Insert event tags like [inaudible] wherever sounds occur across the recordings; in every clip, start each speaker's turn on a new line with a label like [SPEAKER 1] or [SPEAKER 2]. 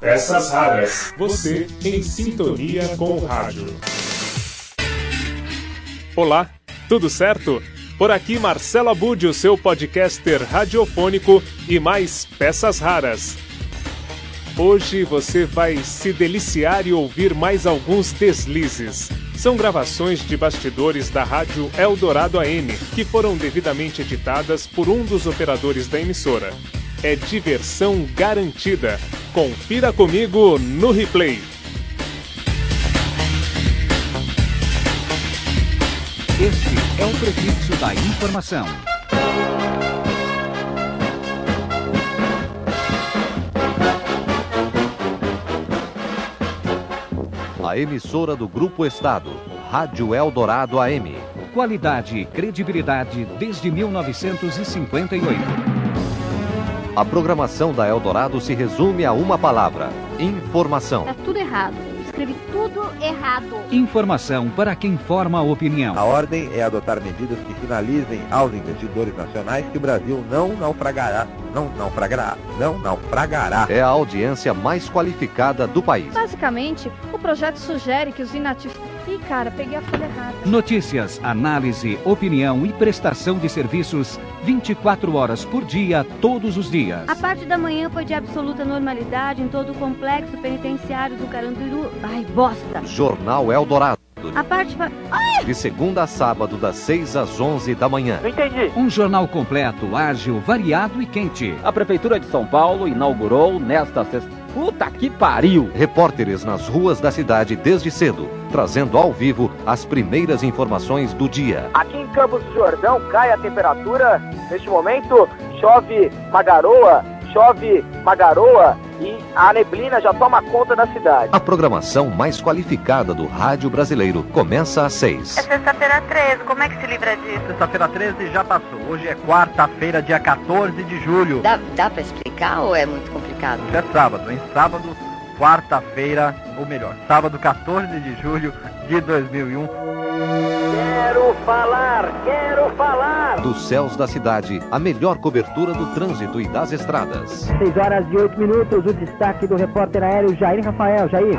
[SPEAKER 1] Peças raras.
[SPEAKER 2] Você em sintonia com o rádio. Olá, tudo certo? Por aqui Marcelo Abud, o seu podcaster radiofônico e mais peças raras. Hoje você vai se deliciar e ouvir mais alguns deslizes. São gravações de bastidores da rádio Eldorado AM, que foram devidamente editadas por um dos operadores da emissora. É diversão garantida. Confira comigo no replay.
[SPEAKER 3] Este é o prefixo da informação.
[SPEAKER 4] A emissora do Grupo Estado, Rádio Eldorado AM.
[SPEAKER 3] Qualidade e credibilidade desde 1958.
[SPEAKER 4] A programação da Eldorado se resume a uma palavra: informação.
[SPEAKER 5] Tá tudo errado. Escrevi tudo errado.
[SPEAKER 3] Informação para quem forma a
[SPEAKER 6] A
[SPEAKER 3] opinião.
[SPEAKER 6] ordem é adotar medidas que sinalizem aos investidores nacionais que o Brasil não naufragará, não naufragará, não naufragará.
[SPEAKER 4] É a audiência mais qualificada do país.
[SPEAKER 5] Basicamente, o projeto sugere que os inativos. Ih, cara, peguei a folha errada.
[SPEAKER 3] Notícias, análise, opinião e prestação de serviços 24 horas por dia, todos os dias.
[SPEAKER 7] A parte da manhã foi de absoluta normalidade em todo o complexo penitenciário do Carandiru. Ai, bosta!
[SPEAKER 4] Jornal Eldorado.
[SPEAKER 7] A parte. fa-
[SPEAKER 4] De segunda a sábado, das 6 às 11 da manhã.
[SPEAKER 3] Um jornal completo, ágil, variado e quente.
[SPEAKER 8] A Prefeitura de São Paulo inaugurou nesta sexta. Puta que pariu!
[SPEAKER 4] Repórteres nas ruas da cidade desde cedo, trazendo ao vivo as primeiras informações do dia.
[SPEAKER 9] Aqui em Campos do Jordão cai a temperatura. Neste momento chove uma garoa, chove uma garoa e a neblina já toma conta da cidade.
[SPEAKER 4] A programação mais qualificada do rádio brasileiro começa às 6.
[SPEAKER 7] sexta-feira 13, como é que se livra disso?
[SPEAKER 6] Sexta-feira 13 já passou. Hoje é quarta-feira, dia 14 de julho.
[SPEAKER 7] Dá, dá pra explicar ou é muito complicado?
[SPEAKER 6] Já é sábado, hein? Sábado, quarta-feira, ou melhor, sábado 14 de julho de 2001.
[SPEAKER 9] Quero falar, quero falar.
[SPEAKER 4] Dos céus da cidade, a melhor cobertura do trânsito e das estradas.
[SPEAKER 9] 6 horas e 8 minutos, o destaque do repórter aéreo Jair Rafael. Jair.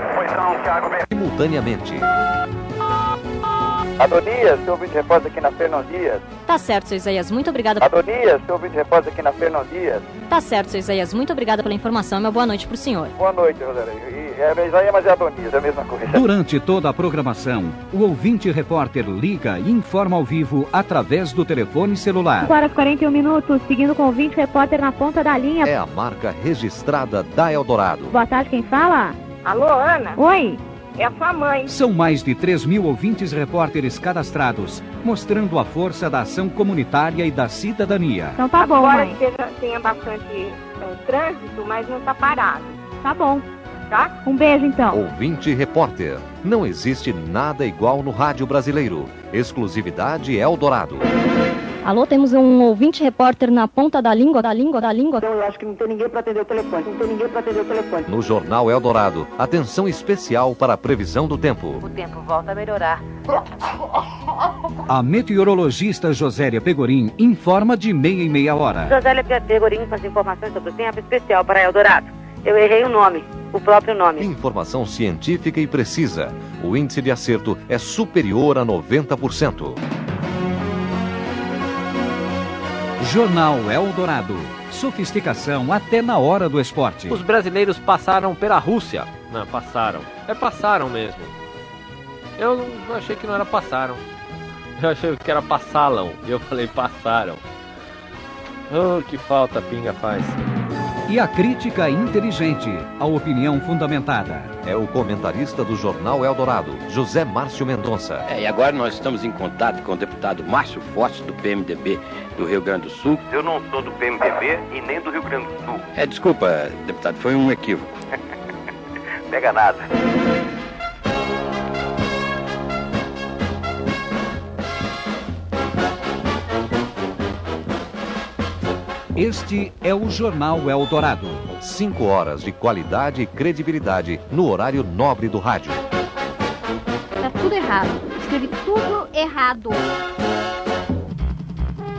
[SPEAKER 4] Simultaneamente,
[SPEAKER 9] Adonias, seu ouvinte repórter aqui na Fernandias.
[SPEAKER 10] Tá certo, seu Isaías. Muito obrigada.
[SPEAKER 9] Adonias, seu ouvinte repórter aqui na Fernandias.
[SPEAKER 10] Tá certo, seu Isaías. Muito obrigada pela informação. Uma boa noite pro senhor.
[SPEAKER 9] Boa noite, Rosario. E é Isaías, mas é Adonias, é a mesma coisa.
[SPEAKER 3] Durante toda a programação, o ouvinte repórter liga e informa ao vivo através do telefone celular.
[SPEAKER 7] horas 41 minutos, seguindo com o 20 repórter na ponta da linha.
[SPEAKER 4] é a marca registrada da Eldorado.
[SPEAKER 7] Boa tarde, quem fala?
[SPEAKER 5] Alô, Ana?
[SPEAKER 7] Oi!
[SPEAKER 5] É a sua mãe.
[SPEAKER 3] São mais de 3 mil ouvintes repórteres cadastrados, mostrando a força da ação comunitária e da cidadania.
[SPEAKER 7] Então tá bom,
[SPEAKER 5] Embora
[SPEAKER 7] mãe.
[SPEAKER 5] esteja- tenha bastante
[SPEAKER 11] é,
[SPEAKER 5] eh, trânsito, mas não está parado.
[SPEAKER 7] Tá bom.
[SPEAKER 5] Tá?
[SPEAKER 7] Um beijo então.
[SPEAKER 4] Ouvinte Repórter. Não existe nada igual no rádio brasileiro. Exclusividade Eldorado.
[SPEAKER 10] Alô, temos um ouvinte repórter na ponta da língua, da língua, da língua.
[SPEAKER 9] Eu acho que não tem ninguém para atender o telefone. Não tem ninguém para atender o telefone.
[SPEAKER 4] No Jornal Eldorado, atenção especial para a previsão do tempo.
[SPEAKER 7] O tempo volta a melhorar.
[SPEAKER 3] A meteorologista Josélia Pegorim informa de meia em meia hora.
[SPEAKER 7] Josélia Pegorim faz informações sobre o tempo especial para Eldorado. Eu errei o nome, o próprio nome.
[SPEAKER 4] Informação científica e precisa. O índice de acerto é superior a 90%.
[SPEAKER 3] Jornal Eldorado. Sofisticação até na hora do esporte.
[SPEAKER 8] Os brasileiros passaram pela Rússia. Não, passaram. É passaram mesmo. Eu não achei que não era passaram. Eu achei que era passalam. E eu falei passaram. Oh, que falta a pinga faz.
[SPEAKER 3] E a crítica inteligente, a opinião fundamentada.
[SPEAKER 4] É o comentarista do Jornal Eldorado, José Márcio Mendonça.
[SPEAKER 8] É, e agora nós estamos em contato com o deputado Márcio Forte, do PMDB do Rio Grande do Sul.
[SPEAKER 6] Eu não sou do PMDB e nem do Rio Grande do Sul.
[SPEAKER 8] É, desculpa, deputado, foi um equívoco.
[SPEAKER 6] [laughs] Pega nada.
[SPEAKER 3] Este é o Jornal Eldorado.
[SPEAKER 4] 5 horas de qualidade e credibilidade no horário nobre do rádio.
[SPEAKER 5] Tá tudo errado. Escrevi tudo errado.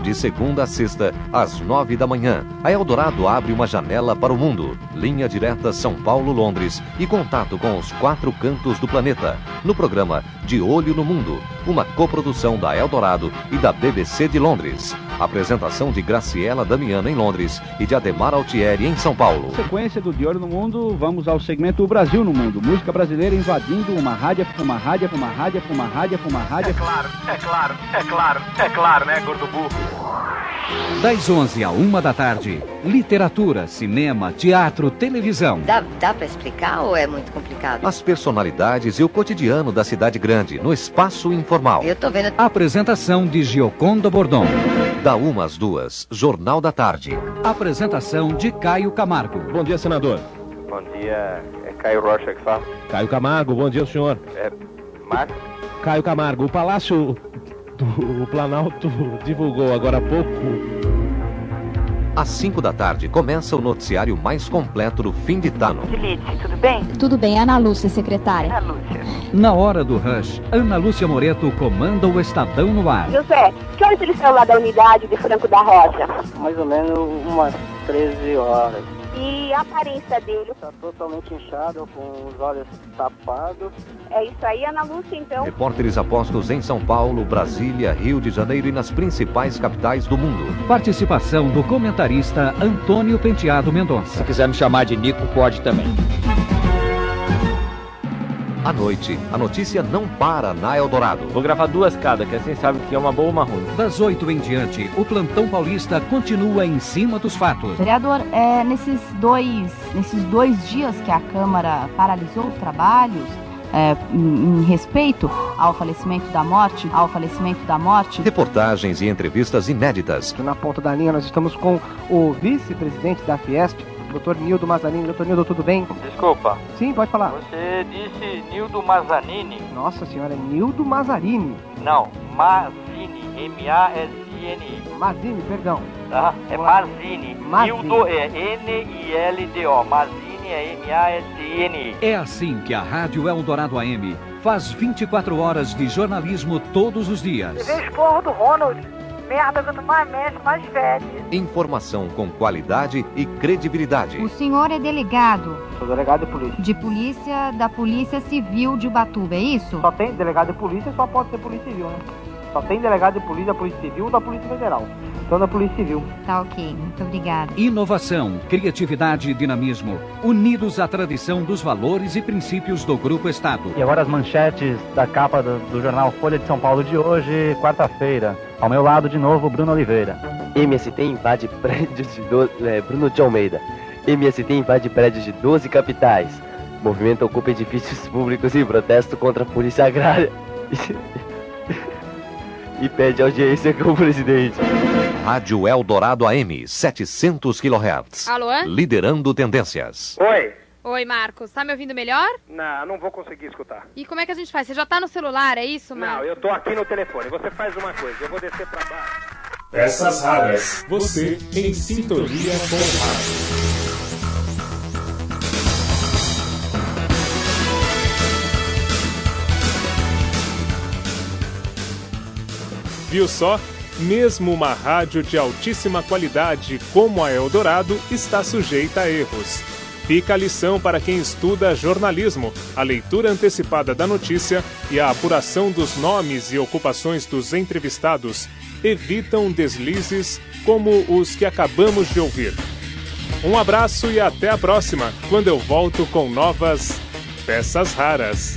[SPEAKER 4] De de segunda a sexta, às nove da manhã. A Eldorado abre uma janela para o mundo. Linha direta São Paulo-Londres e contato com os quatro cantos do planeta. No programa De Olho no Mundo, uma coprodução da Eldorado e da BBC de Londres. Apresentação de Graciela Damiana em Londres e de Ademar Altieri em São Paulo.
[SPEAKER 1] sequência do De Olho no Mundo, vamos ao segmento O Brasil no Mundo. Música brasileira invadindo uma rádio, uma rádio, uma rádio, uma rádio, uma rádio.
[SPEAKER 9] Claro, é claro, é claro, é claro, né, gordo burro?
[SPEAKER 3] Das 11 à 1 da tarde, literatura, cinema, teatro, televisão.
[SPEAKER 12] Dá, dá para explicar ou é muito complicado?
[SPEAKER 4] As personalidades e o cotidiano da cidade grande no espaço informal.
[SPEAKER 12] Eu tô vendo.
[SPEAKER 3] Apresentação de Gioconda Bordon.
[SPEAKER 4] Da uma às duas, Jornal da Tarde.
[SPEAKER 3] Apresentação de Caio Camargo.
[SPEAKER 13] Bom dia, senador.
[SPEAKER 14] Bom dia, é Caio Rocha que fala.
[SPEAKER 13] Caio Camargo, bom dia, senhor.
[SPEAKER 14] É Marco?
[SPEAKER 13] Caio Camargo, o Palácio do o Planalto divulgou agora há pouco.
[SPEAKER 4] Às 5 da tarde começa o noticiário mais completo do fim de Tano.
[SPEAKER 11] tudo bem?
[SPEAKER 10] Tudo bem, Ana Lúcia, secretária.
[SPEAKER 11] Ana Lúcia.
[SPEAKER 3] Na hora do rush, Ana Lúcia Moreto comanda o Estadão no ar.
[SPEAKER 11] José, que horas eles saiu lá da unidade de Franco da Rocha?
[SPEAKER 15] Mais ou menos umas 13 horas.
[SPEAKER 11] E a aparência dele?
[SPEAKER 15] Tá totalmente inchado, com os olhos tapados.
[SPEAKER 11] É isso aí, Ana Lúcia, então?
[SPEAKER 4] Repórteres apostos em São Paulo, Brasília, Rio de Janeiro e nas principais capitais do mundo.
[SPEAKER 3] Participação do comentarista Antônio Penteado Mendonça.
[SPEAKER 16] Se quiser me chamar de Nico, pode também.
[SPEAKER 4] À noite, a notícia não para na Eldorado.
[SPEAKER 8] Vou gravar duas cada, que assim sabe que é uma boa ou uma ruim.
[SPEAKER 3] Das 8 em diante, o plantão paulista continua em cima dos fatos.
[SPEAKER 17] Vereador, é, nesses, dois, nesses dois dias que a Câmara paralisou os trabalhos, é, em, em respeito ao falecimento da morte, ao falecimento da morte.
[SPEAKER 4] Reportagens e entrevistas inéditas.
[SPEAKER 18] Na ponta da linha, nós estamos com o vice-presidente da Fiesp, Dr. Nildo Mazanini. Dr. Nildo, tudo bem?
[SPEAKER 19] Desculpa,
[SPEAKER 18] Sim, pode falar.
[SPEAKER 19] você disse Nildo Mazanini?
[SPEAKER 18] Nossa
[SPEAKER 15] é
[SPEAKER 18] senhora, Nildo Mazarini.
[SPEAKER 19] Não, Mazini, M-A-S-I-N-I,
[SPEAKER 18] Mazini, perdão.
[SPEAKER 19] tá? É Mazini,
[SPEAKER 18] Mazini.
[SPEAKER 19] Nildo é N-I-L-D-O, Mazini é M-A-S-I-N-I.
[SPEAKER 3] É assim que a Rádio Eldorado AM faz 24 horas de jornalismo todos os dias.
[SPEAKER 20] Esporro do Ronald. Merda, quanto mais mexe, mais fede.
[SPEAKER 4] Informação com qualidade e credibilidade.
[SPEAKER 21] O senhor é delegado
[SPEAKER 15] Sou delegado de polícia.
[SPEAKER 21] de polícia da Polícia Civil de Ubatuba, é isso?
[SPEAKER 15] Só tem delegado de polícia, só pode ser polícia civil, né? Só tem delegado de polícia, da polícia civil ou da polícia federal. Então da polícia civil.
[SPEAKER 21] Tá ok, muito obrigada.
[SPEAKER 3] Inovação, criatividade e dinamismo, unidos à tradição dos valores e princípios do Grupo Estado.
[SPEAKER 22] E agora as manchetes da capa do, do jornal Folha de São Paulo de hoje, quarta-feira. Ao meu lado, de novo, Bruno Oliveira.
[SPEAKER 23] MST invade prédio de 12. é, Bruno de Almeida. MST invade prédios de 12 capitais. Movimento ocupa edifícios públicos em protesto contra a polícia agrária. [laughs] e pede audiência com o presidente.
[SPEAKER 4] Rádio Eldorado AM, 700 kHz.
[SPEAKER 24] Alô?
[SPEAKER 4] Liderando tendências.
[SPEAKER 24] Oi. Oi, Marcos. Tá me ouvindo melhor?
[SPEAKER 9] Não, não vou conseguir escutar.
[SPEAKER 24] E como é que a gente faz? Você já tá no celular, é isso,
[SPEAKER 9] Não,
[SPEAKER 24] Marcos?
[SPEAKER 9] eu tô aqui no telefone. Você faz uma coisa, eu vou descer pra baixo.
[SPEAKER 2] Peças raras. Você em sintonia com o rádio. Viu só? Mesmo uma rádio de altíssima qualidade como a Eldorado está sujeita a erros. Fica a lição para quem estuda jornalismo, a leitura antecipada da notícia e a apuração dos nomes e ocupações dos entrevistados evitam deslizes como os que acabamos de ouvir. Um abraço e até a próxima, quando eu volto com novas peças raras.